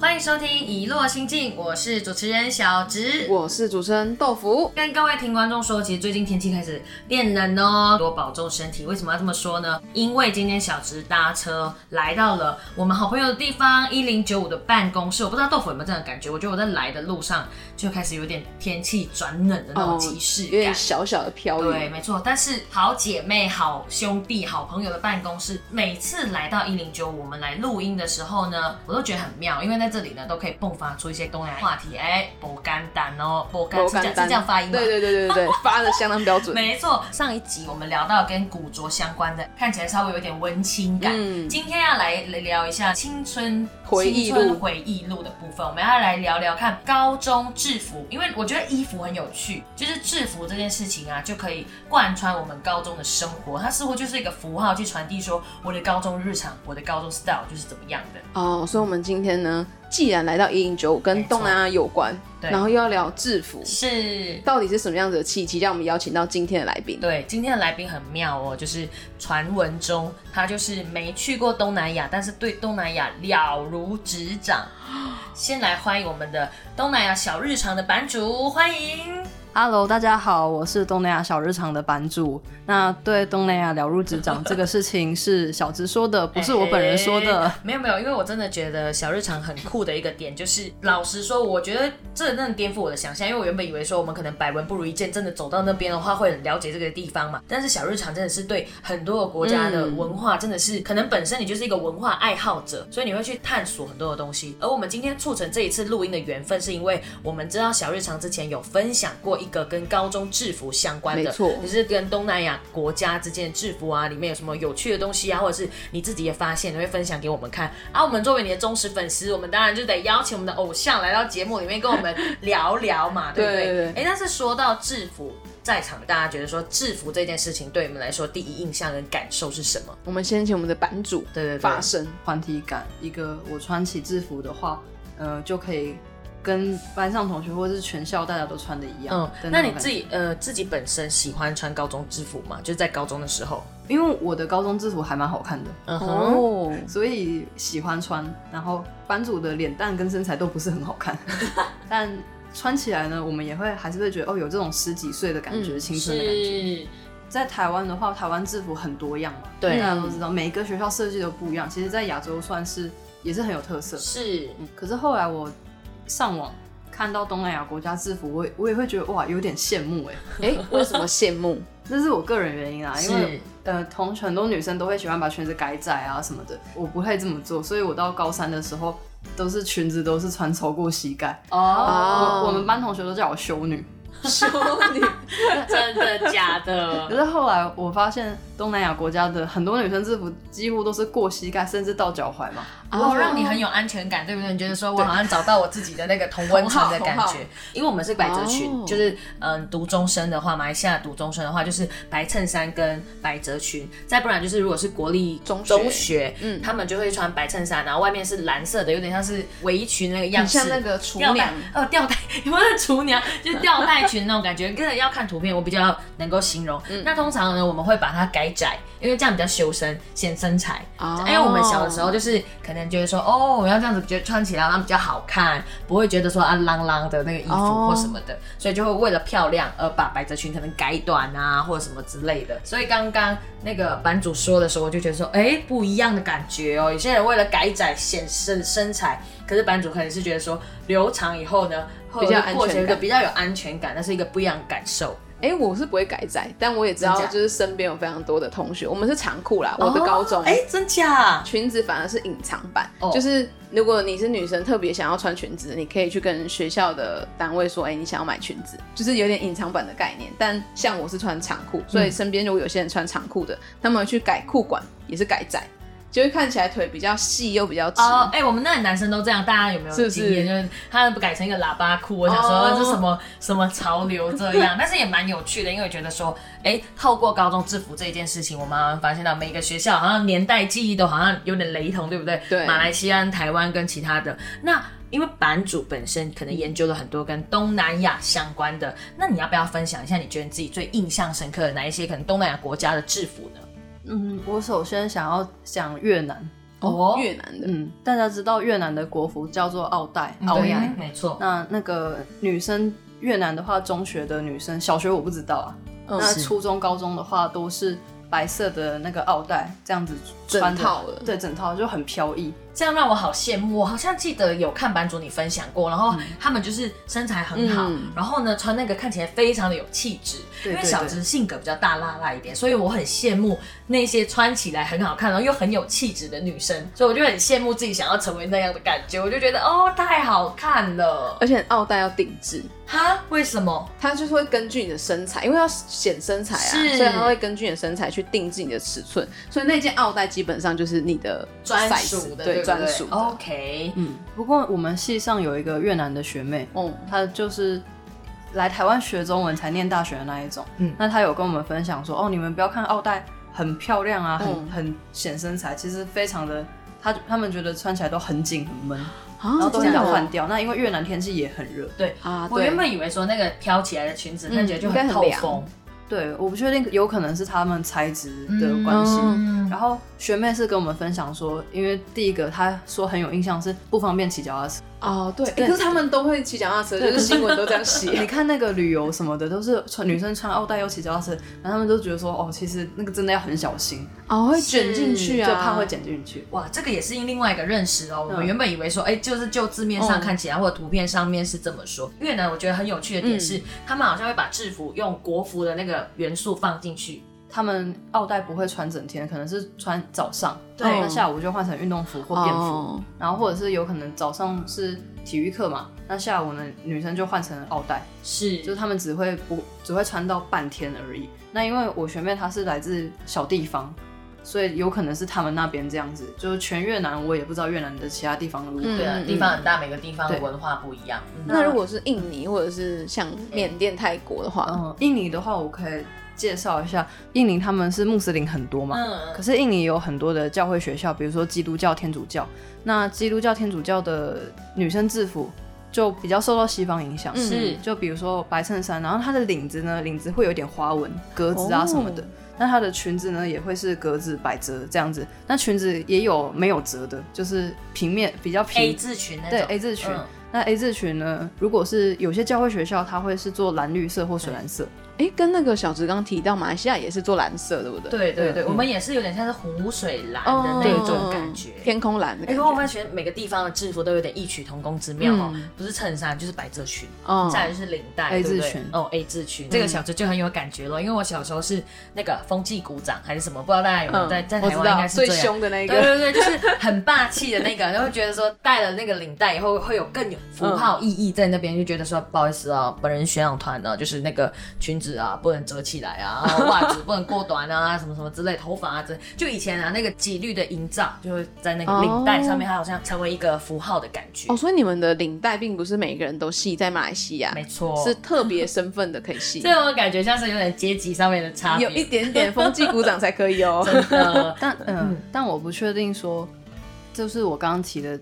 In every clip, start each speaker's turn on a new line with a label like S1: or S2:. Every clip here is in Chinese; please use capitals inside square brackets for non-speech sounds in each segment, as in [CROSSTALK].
S1: 欢迎收听《遗落心境》，我是主持人小植。
S2: 我是主持人豆腐。
S1: 跟各位听观众说，其实最近天气开始变冷哦，多保重身体。为什么要这么说呢？因为今天小植搭车来到了我们好朋友的地方一零九五的办公室，我不知道豆腐有没有这样的感觉？我觉得我在来的路上就开始有点天气转冷的
S3: 哦
S1: 那种即视
S2: 有
S1: 感。
S2: 点小小的飘
S1: 对，
S2: 移，
S1: 没错。但是好姐妹、好兄弟、好朋友的办公室，每次来到一零九我们来录音的时候呢，我都觉得很妙，因为在这里呢都可以迸发出一些东南亚话题。哎，博干丹哦，博干是这样是这样发音吗？
S2: 对对对对
S4: [LAUGHS]
S2: 对对，发的相当标准。
S1: 没错，上一集我们聊到跟古着相关的，看起来稍微有点温馨感。
S2: 嗯
S1: 今天要来聊一下青春
S2: 回忆录
S1: 青春回忆录的部分，我们要来聊聊看高中制服，因为我觉得衣服很有趣，就是制服这件事情啊，就可以贯穿我们高中的生活，它似乎就是一个符号去传递说我的高中日常，我的高中 style 就是怎么样的。
S2: 哦，所以我们今天呢，既然来到一零九五跟
S1: 没错
S2: 东南亚有关，
S1: 对
S2: 然后又要聊制服，
S1: 是，
S2: 到底是什么样子的契机，让我们邀请到今天的来宾？
S1: 对，今天的来宾很妙哦，就是传闻中他就是没去过东南亚，但是对东南亚了如指掌。先来欢迎我们的东南亚小日常的版主，欢迎。
S4: Hello，大家好，我是东南亚小日常的版主。那对东南亚了如
S2: [LAUGHS]
S4: 指掌这个事情是小直说的，不是我本人说的。
S1: 哎没有没有，因为我真的觉得小日常很酷的一个点就是，老实说，我觉得这真的颠覆我的想象，因为我原本以为说我们可能百闻不如一见，真的走到那边的话会很了解这个地方嘛。但是小日常真的是对很多个国家的
S4: 嗯
S1: 文化真的是，可能本身你就是一个文化爱好者，所以你会去探索很多的东西。而我们今天促成这一次录音的缘分，是因为我们知道小日常之前有分享过一个跟高中制服相关的，
S2: 没错
S1: 就是跟东南亚国家之间的制服啊，里面有什么有趣的东西啊，或者是你自己也发现，你会分享给我们看啊。我们作为你的忠实粉丝，我们当然就得邀请我们的偶像来到节目里面跟我们聊聊嘛，对不对？
S2: 对对
S1: 哎、但是说到制服，在场的大家觉得说制服这件事情对你们来说第一印象跟感受是什么？
S2: 我们先请我们的版主
S1: 对对对，
S2: 发声。
S4: 团体感，一个我穿起制服的话，呃，就可以跟班上同学或者是全校大家都穿的一样。
S1: 嗯
S4: 嗯，，
S1: 那你自，己呃自己本身喜欢穿高中制服吗？就是在高中的时候，
S4: 因为我的高中制服还蛮好看的，
S1: 嗯哼。
S2: 哦，
S4: 所以喜欢穿。然后班主的脸蛋跟身材都不是很好
S1: [LAUGHS]
S4: 看，但穿起来呢，我们也会还是会觉得哦，有这种十几岁的感觉，
S2: 嗯
S4: 青春的感觉。
S1: 是，
S4: 在台湾的话，台湾制服很多样嘛，
S1: 对啊
S4: 大家
S2: 嗯
S4: 都知道，每个学校设计都不一样。其实，在亚洲算是也是很有特色。
S1: 是，
S4: 嗯，可是后来我上网看到东南亚国家制服，我也我也会觉得哇，有点羡慕哎，
S2: 哎，为什么羡慕？
S4: 这是我个人原因啊，因
S1: 是
S4: 为呃，同很多女生都会喜欢把裙子改窄啊什么的，我不会这么做，所以我到高三的时候都是裙子都是穿超过膝盖。
S1: 哦，
S2: 哦
S4: 我我们班同学都叫我修女，
S2: 修女，
S1: 真的假的
S4: 可？是后来我发现东南亚国家的很多女生制服几乎都是过膝盖，甚至到脚踝嘛。
S1: 哦，让你很有安全感，对不对？你觉得说我好像找到我自己的那个同
S2: [LAUGHS]
S1: 温层的感觉，因为我们是百褶裙，
S2: 哦
S1: 就是嗯，读中生的话，马来西亚读中生的话，就是白衬衫跟百褶裙，再不然就是如果是国立
S2: 中学
S1: 中学，嗯
S2: [LAUGHS] 嗯，
S1: 他们就会穿白衬衫，然后外面是蓝色的，有点像是围裙那个样
S2: 很
S1: 式，
S2: 像那个厨
S1: 吊带
S2: 娘。
S1: 哦，吊带 [LAUGHS] 有没有厨娘？就是吊带裙那种感觉，真的要看图片，我比较能够形容。
S2: 嗯
S1: 那通常呢，我们会把它改窄，因为这样比较修身显身材。
S2: 哦
S1: 因为我们小的时候就是可能觉得说，哦，我要这样子觉得穿起来然后比较好看，不会觉得说啊啷啷的那个衣服
S2: 哦
S1: 或什么的，所以就会为了漂亮而把百褶裙可能改短啊或者什么之类的。所以刚刚那个版主说的时候，我就觉得说，哎、不一样的感觉哦。有些人为了改窄显身身材，可是版主可能是觉得说留长以后呢，
S2: 比较安全感
S1: 或者比较有安全感，那是一个不一样的感受。
S2: 哎，我是不会改窄，但我也知道
S1: 真，假
S2: 就是身边有非常多的同学，我们是长裤啦，我的高中啊
S1: 哦。哎、真假？
S2: 裙子反而是隐藏版，
S1: 哦
S2: 就是如果你是女生特别想要穿裙子，你可以去跟学校的单位说，哎、你想要买裙子，就是有点隐藏版的概念。但像我是穿长
S1: 嗯
S2: 裤，所以身边如果有些人穿长裤的，他们去改裤管也是改窄，就会看起来腿比较细又比较直。
S1: 哦，哎、我们那里男生都这样，大家有没有
S2: 是不是
S1: 经验？就是他们改成一个喇叭裤，我想说、
S2: 哦
S1: 这什么什么潮流这样，但是也蛮有趣的，因为我觉得说，哎、透过高中制服这一件事情，我们好像发现到每一个学校好像年代记忆都好像有点雷同，对不对？
S2: 对
S1: 马来西亚、台湾跟其他的那。因为版主本身可能研究了很多跟东南亚相关的，那你要不要分享一下你觉得你自己最印象深刻的哪一些可能东南亚国家的制服呢？
S4: 嗯，我首先想要讲越南。
S1: 哦
S2: 越南的，
S4: 嗯，大家知道越南的国服叫做奥黛，
S1: 欧
S4: 对
S1: 亚，哦没错，
S4: 那那个女生，越南的话，中学的女生，小学我不知道啊。
S2: 嗯
S4: 那
S2: 是
S4: 初中、高中的话，都是白色的那个奥黛，这样子穿
S2: 整
S4: 着
S2: 套的，
S4: 对，整套就很飘逸。
S1: 这样让我好羡慕。我好像记得有看版主你分享过，然后他们就是身材很好，
S2: 嗯
S1: 然后呢穿那个看起来非常的有气质。
S4: 对
S1: 因为
S4: 对
S1: 小
S4: 对
S1: 直性格比较大辣辣一点，所以我很羡慕那些穿起来很好看，然后又很有气质的女生，所以我就很羡慕自己想要成为那样的感觉。我就觉得哦，太好看了
S2: 而且奥黛要定制，
S1: 哈？为什么？
S2: 它就是会根据你的身材，因为要显身材
S1: 是
S2: 啊，所以它会根据你的身材去定制你的尺寸，所以那件奥黛基本上就是你的
S1: 专
S2: size，
S1: 属的，
S2: 对
S1: 对不对
S2: 专属的。
S1: OK，
S4: 嗯，不过我们系上有一个越南的学妹，
S2: 嗯，
S4: 她就是来台湾学中文才念大学的那一种。
S1: 嗯
S4: 嗯，那她有跟我们分享说，哦，你们不要看奥黛很漂亮啊，很、
S2: 嗯
S4: 很显身材，其实非常的，她他们觉得穿起来都很紧很闷，
S2: 啊
S4: 然后都很想
S2: 真的哦
S4: 换掉。那因为越南天气也很热，
S2: 啊，
S1: 我
S2: 对
S1: 原本以为说那个飘起来的裙子，看起来就
S2: 应该
S1: 很
S2: 很
S1: 透
S2: 凉
S1: 风
S4: 对，我不确定，有可能是他们材质的关系。
S2: 哦
S1: 嗯
S4: 然后学妹是跟我们分享说，因为第一个她说很有印象是不方便骑脚踏车，
S2: 哦，对，欸可是他们都会骑脚踏车，就是新闻都这样写。
S4: [LAUGHS] 你看那个旅游什么的都是穿女生穿奥黛又骑脚踏车，然后他们都觉得说哦，其实那个真的要很小心，
S2: 哦，会卷进去啊，
S4: 就怕会剪进去。
S1: 哇，这个也是另外一个认识哦。我们
S4: 嗯
S1: 原本以为说，哎、就是就字面
S2: 嗯
S1: 上看起来、或者图片上面是这么说。越南我觉得很有趣的点是，他们好像会把制服用国服的那个元素放进去。
S4: 他们奥黛不会穿整天，可能是穿早上，
S1: 对
S4: 那下午就换成运动服或便服，
S2: 哦
S4: 然后或者是有可能早上是体育课嘛，那下午呢女生就换成奥黛。
S1: 是，
S4: 就是他们只会不只会穿到半天而已。那因为我学妹她是来自小地方，所以有可能是他们那边这样子。就是全越南，我也不知道越南的其他地方如何。
S1: 对啊，
S2: 嗯嗯
S1: 地方很大，每个地方的
S4: 对
S1: 文化不一样。嗯
S2: 那如果是印尼或者是像缅甸、泰国的话，
S4: 嗯，印尼的话，我可以介绍一下，印尼他们是穆斯林很多嘛。
S1: 嗯
S4: 可是印尼有很多的教会学校，比如说基督教、天主教。那基督教、天主教的女生制服就比较受到西方影响，
S1: 是
S4: 就比如说白衬衫，然后它的领子呢，领子会有点花纹、格子
S1: 哦
S4: 啊什么的。那它的裙子呢，也会是格子百褶这样子。那裙子也有没有折的，就是平面比较平
S1: A 字裙那种，
S4: 对 A 字裙。
S1: 嗯
S4: 那 A 字裙呢，如果是有些教会学校，它会是做蓝绿色或水蓝色。
S2: 哎，跟那个小直刚提到，马来西亚也是做蓝色，对不对？
S1: 对对对，
S4: 嗯
S1: 我们也是有点像是湖水蓝
S2: 哦，
S1: 的那种感觉。
S2: 天空蓝的
S1: 哎，
S2: 感
S1: 我发
S2: 觉。
S1: 现每个地方的制服都有点异曲同工之妙哦，
S2: 嗯
S1: 不是衬衫就是百褶裙。
S2: 哦
S1: 再来就是领带对
S4: A
S1: 不对
S4: 字裙
S1: 哦，A 字裙，这个小时候就很有感觉了，因为我小时候是那个风纪鼓掌还是什么，不知道大家有没有在、
S2: 嗯
S1: 在
S2: 我
S1: 台
S2: 知
S1: 湾应
S2: 道
S1: 该是
S2: 最
S1: 这样。
S2: 凶的那一
S1: 对
S2: 个，
S1: 对对，就是很霸气的那个，然后觉得说戴了那个领带以后会有更有符号意义在那边，就觉得说不好意思啊，本人宣扬团呢，就是那个裙子啊不能折起来
S2: [LAUGHS]
S1: 啊，然后袜子不能过短啊，什么什么之类，头发啊之类，就以前啊那个纪律的营造，就会在那个领带上面，它好像成为一个符号的感觉
S2: 哦，。所以你们的领带并不是每个人都系，在马来西亚
S1: 没错，
S2: 是特别身份的可以系，
S1: [LAUGHS] 这啊种感觉像是有点阶级上面的差别，
S2: 有一点点风纪鼓掌才可以哦。 [LAUGHS]
S1: 呃，
S4: 但、嗯，但我不确定说，就是我刚刚提的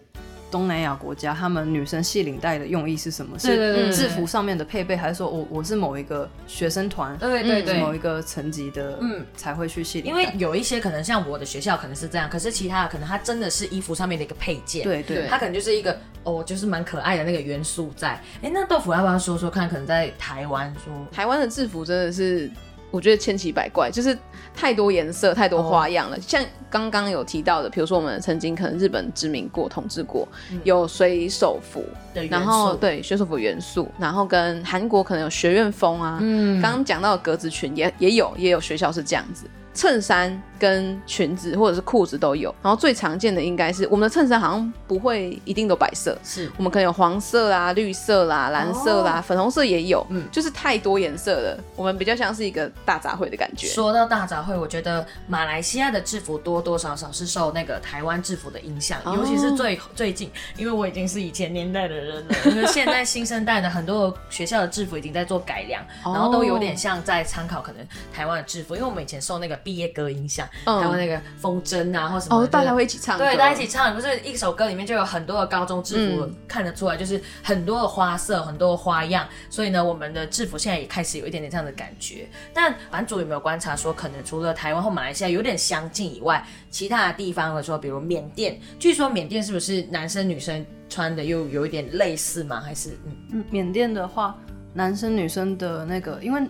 S4: 东南亚国家，他们女生系领带的用意是什么？
S1: 对对对
S4: 是
S1: 对
S4: 制服上面的配备，还是说我我是某一个学生团，
S1: 对呃对对
S4: 某一个层级的，
S1: 嗯
S4: 嗯，才会去系领
S1: 因
S4: 带
S1: 为有一些可能像我的学校可能是这样，可是其他的可能它真的是衣服上面的一个配件，，
S4: 对对
S2: 对
S1: 它可能就是一个哦，就是蛮可爱的那个元素在。哎，那豆腐要不要说说看？可能在台湾说
S2: 台湾的制服真的是，我觉得千奇百怪，就是太多颜色、太多花样了。
S1: 哦
S2: 像刚刚有提到的，比如说我们曾经可能日本殖民过、统治过，有水手服，
S1: 的嗯元素，
S2: 然后对水手服元素，然后跟韩国可能有学院风啊，
S1: 嗯，
S2: 刚刚讲到的格子裙也也有，也有学校是这样子，衬衫跟裙子或者是裤子都有。然后最常见的应该是我们的衬衫好像不会一定都白色，
S1: 是
S2: 我们可能有黄色啦、绿色啦、蓝色啦、粉红色也有，嗯，就是太多颜色了，我们比较像是一个大杂烩的感觉。
S1: 说到大杂烩，我觉得马来西亚的制服多多少少是受那个台湾制服的影响，
S2: 哦
S1: 尤其是最最近，因为我已经是以前年代的人了，因为现在新生代的很多学校的制服已经在做改良，
S2: 哦
S1: 然后都有点像在参考可能台湾的制服，因为我们以前受那个 BT 毕业歌影响，
S2: 嗯
S1: 还有那个风筝啊或什么的，
S2: 哦，大
S1: 就是
S2: 家会一起唱歌，
S1: 对，大家一起唱，不是一首歌里面就有很多的高中制服，
S2: 嗯
S1: 看得出来就是很多的花色，很多的花样。所以呢，我们的制服现在也开始有一点点这样的感觉。但版主有没有观察说，可能除了台湾或马来西亚有点相近以外，其他的地方的说，比如缅甸，据说缅甸是不是男生女生穿的又有一点类似吗？还是嗯，
S4: 嗯缅甸的话，男生女生的那个，因为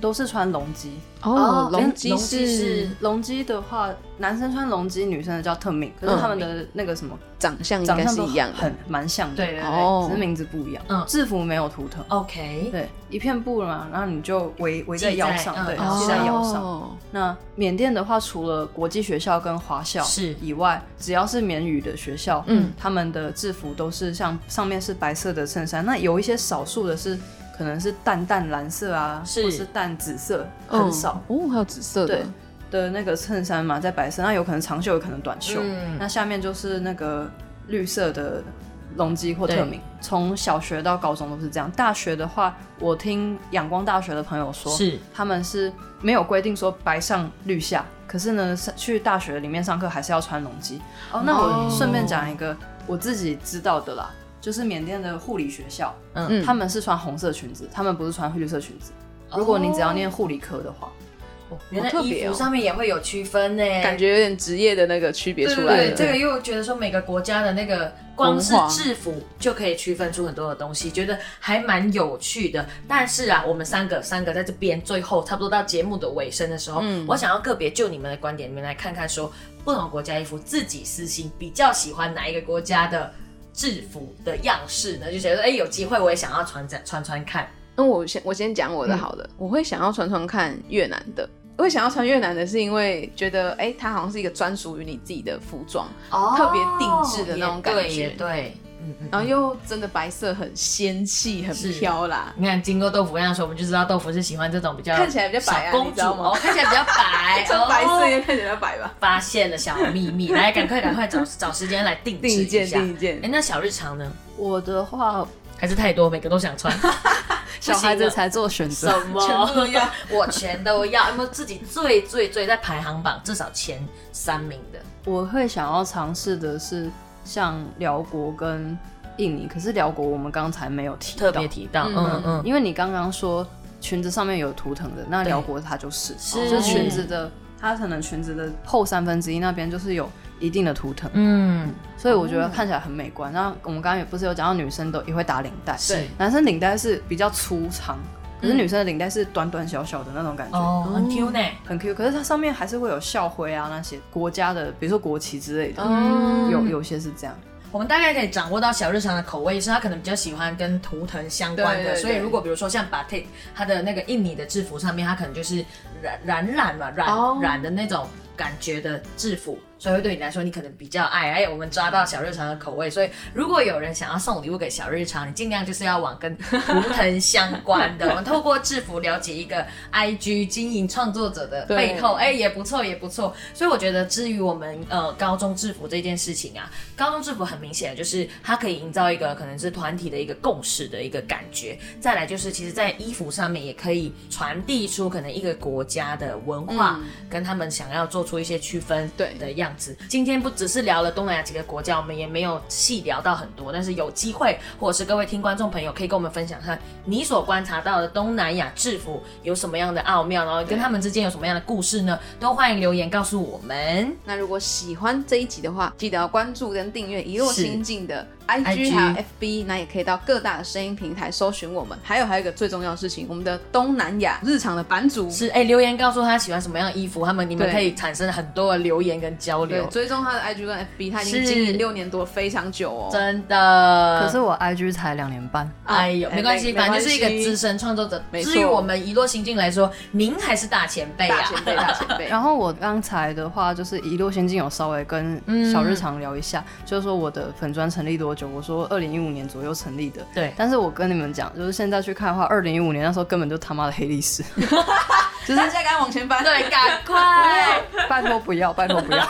S4: 都是穿龙基，
S2: 哦，龙
S1: 龙
S2: 基
S1: 基
S2: 是
S1: 是
S4: 龙基的话，男生穿龙基，女生的叫特命，可是他们的那个什么
S2: 长嗯相应
S4: 长
S2: 该
S4: 相
S2: 是
S4: 都
S2: 一样的，
S4: 很蛮像的，
S1: 对对对
S2: 哦
S4: 只是名字不一样。
S1: 嗯
S4: 制服没有图腾，
S1: ，OK，
S4: 对，一片布嘛，然后你就围围在
S1: 系
S4: 腰
S1: 在
S4: 上，
S1: 嗯
S4: 对，
S1: 哦
S4: 系在腰上。
S2: 哦
S4: 那缅甸的话，除了国际学校跟华校
S1: 是
S4: 以外，只要是缅语的学校，
S2: 嗯
S4: 嗯，他们的制服都是像上面是白色的衬衫，那有一些少数的是可能是淡淡蓝色啊，
S1: 是
S4: 或是淡紫色，
S2: 嗯
S4: 很少。
S2: 哦，还有紫色的
S4: 对，的那个衬衫嘛，在白色，那有可能长袖，有可能短袖。
S1: 嗯
S4: 那下面就是那个绿色的龙基或特
S1: 对
S4: 明。从小学到高中都是这样。大学的话，我听阳光大学的朋友说，
S1: 是
S4: 他们是没有规定说白上绿下，可是呢，是去大学里面上课还是要穿龙基。哦，那我顺便讲一个我自己知道的啦，就是缅甸的护理学校，
S2: 嗯，
S4: 他们是穿红色裙子，他们不是穿绿色裙子。
S1: 哦
S4: 如果你只要念护理科的话，
S1: 原来
S2: 好特
S1: 衣
S2: 别哦
S1: 服上面也会有区分欸呢，
S2: 感觉有点职业的那个区别
S1: 对
S2: 出
S1: 对
S2: 来了，
S1: 对，这个又觉得说每个国家的那个光是
S2: 文化
S1: 制服就可以区分出很多的东西，觉得还蛮有趣的。但是啊，我们三个三个在这边最后差不多到节目的尾声的时候，我想要个别就你们的观点，你们来看看说不同国家衣服自己私心比较喜欢哪一个国家的制服的样式呢？就觉得哎、有机会我也想要穿穿穿穿看。
S2: 那我先我先讲我的好了，我会想要穿穿看越南的。我会想要穿越南的是因为觉得，哎、它好像是一个专属于你自己的服装，
S1: 哦
S2: 特别定制的那种感觉
S1: 也对，也对，嗯嗯。
S2: 然后又真的白色很仙气，很
S1: 是
S2: 飘啦。
S1: 你看，经过豆腐那样说，我们就知道豆腐是喜欢这种比较
S2: 看起来比较白啊
S1: 小公
S2: 你
S1: 主
S2: 知道吗，
S1: 哦，看起来比较白
S2: [LAUGHS] 穿白色也
S1: 哦
S2: 看起来白吧？
S1: 发现了小秘密，来，赶快赶快找找时间来 [LAUGHS] 定制
S2: 订一件，
S1: 下。
S2: 订一
S1: 哎，
S2: 件。
S1: 那小日常呢？
S4: 我的话，
S1: 还是太多，每个都想穿。啊
S4: 小孩子才做选择。
S1: 什么？全部都要，我全都要。有没有自己最最最在排行榜至少前三名的？
S4: 我会想要尝试的是像辽国跟印尼，可是辽国我们刚才没有提到，
S1: 特别提到，
S2: 嗯
S1: 嗯嗯，
S4: 因为你刚刚说裙子上面有图腾的，那
S1: 对
S4: 辽国它就是，
S1: 是
S4: 就是裙子的，它可能裙子的后三分之一那边就是有一定的图腾，
S1: 嗯，
S4: 所以我觉得看起来很美观。那我们刚刚也不是有讲到女生都也会打领带，
S1: 是
S4: 男生领带是比较粗长，可是女生的领带是短短小小的那种感觉。
S1: 哦，很 Q 呢，
S4: 很 Q，可是它上面还是会有校徽啊，那些国家的，比如说国旗之类的，
S2: 嗯
S4: 有有些是这样。
S1: 我们大概可以掌握到小日常的口味，是他可能比较喜欢跟图腾相关的，
S2: 对对对
S1: 所以如果比如说像 batik，它的那个印尼的制服上面，它可能就是染染染嘛，染、
S2: 哦
S1: 染的那种感觉的制服，所以会对你来说，你可能比较爱。哎，我们抓到小日常的口味，所以如果有人想要送礼物给小日常，你尽量就是要往跟图腾相
S2: [LAUGHS]
S1: 关的。我们透过制服了解一个 IG 经营创作者的
S2: 对
S1: 背后，哎、也不错，也不错。所以我觉得，至于我们呃高中制服这件事情啊，高中制服很明显就是它可以营造一个可能是团体的一个共识的一个感觉。再来就是，其实，在衣服上面也可以传递出可能一个国家的文化，跟他们想要做出一些区分
S2: 对
S1: 的样子。今天不只是聊了东南亚几个国家，我们也没有细聊到很多，但是有机会或者是各位听观众朋友可以跟我们分享看你所观察到的东南亚制服有什么样的奥妙，然后跟他们之间有什么样的故事呢？都欢迎留言告诉我们。
S2: 那如果喜欢这一集的话，记得要关注跟订阅一落
S1: 是
S2: 心境的
S1: IG
S2: IG 还有 FB，那也可以到各大的声音平台搜寻我们。还有还有一个最重要的事情，我们的东南亚日常的版主
S1: 是哎、留言告诉他喜欢什么样的衣服，他们你们
S2: 对
S1: 可以产生很多的留言跟交
S2: 对
S1: 流，
S2: 追踪他的 IG 跟 FB，他已经
S1: 是
S2: 经营六年多，非常久哦。
S1: 真的。
S4: 可是我 IG 才两年半，
S1: 哎呦，
S2: 哎
S1: 没关系，
S2: 没
S1: 反正就是一个
S2: 没关系
S1: 资深创作者。
S2: 没错
S1: 至于我们一落心境来说，您还是大前辈
S2: 大
S1: 啊。
S2: 前辈，大前辈。
S4: [LAUGHS] 然后我刚才的话，就是一路仙境有稍微跟小日常聊一下，就是说我的粉砖成立多久？我说二零一五年左右成立的。
S1: 对
S4: 但是我跟你们讲，就是现在去看的话，二零一五年那时候根本就他妈的黑历史， [LAUGHS]
S2: 就是大家敢往前翻。
S1: 对，赶快！ [LAUGHS]
S4: 拜托不要，拜托不要。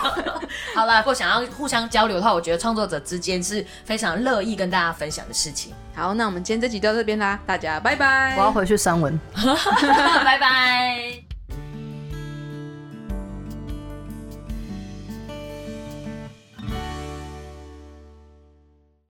S1: 好了，如果想要互相交流的话，我觉得创作者之间是非常乐意跟大家分享的
S2: [LAUGHS]
S1: 事情。
S2: 好，那我们今天这集就到这边啦，大家拜拜。
S4: 我要回去删文。
S1: 拜拜。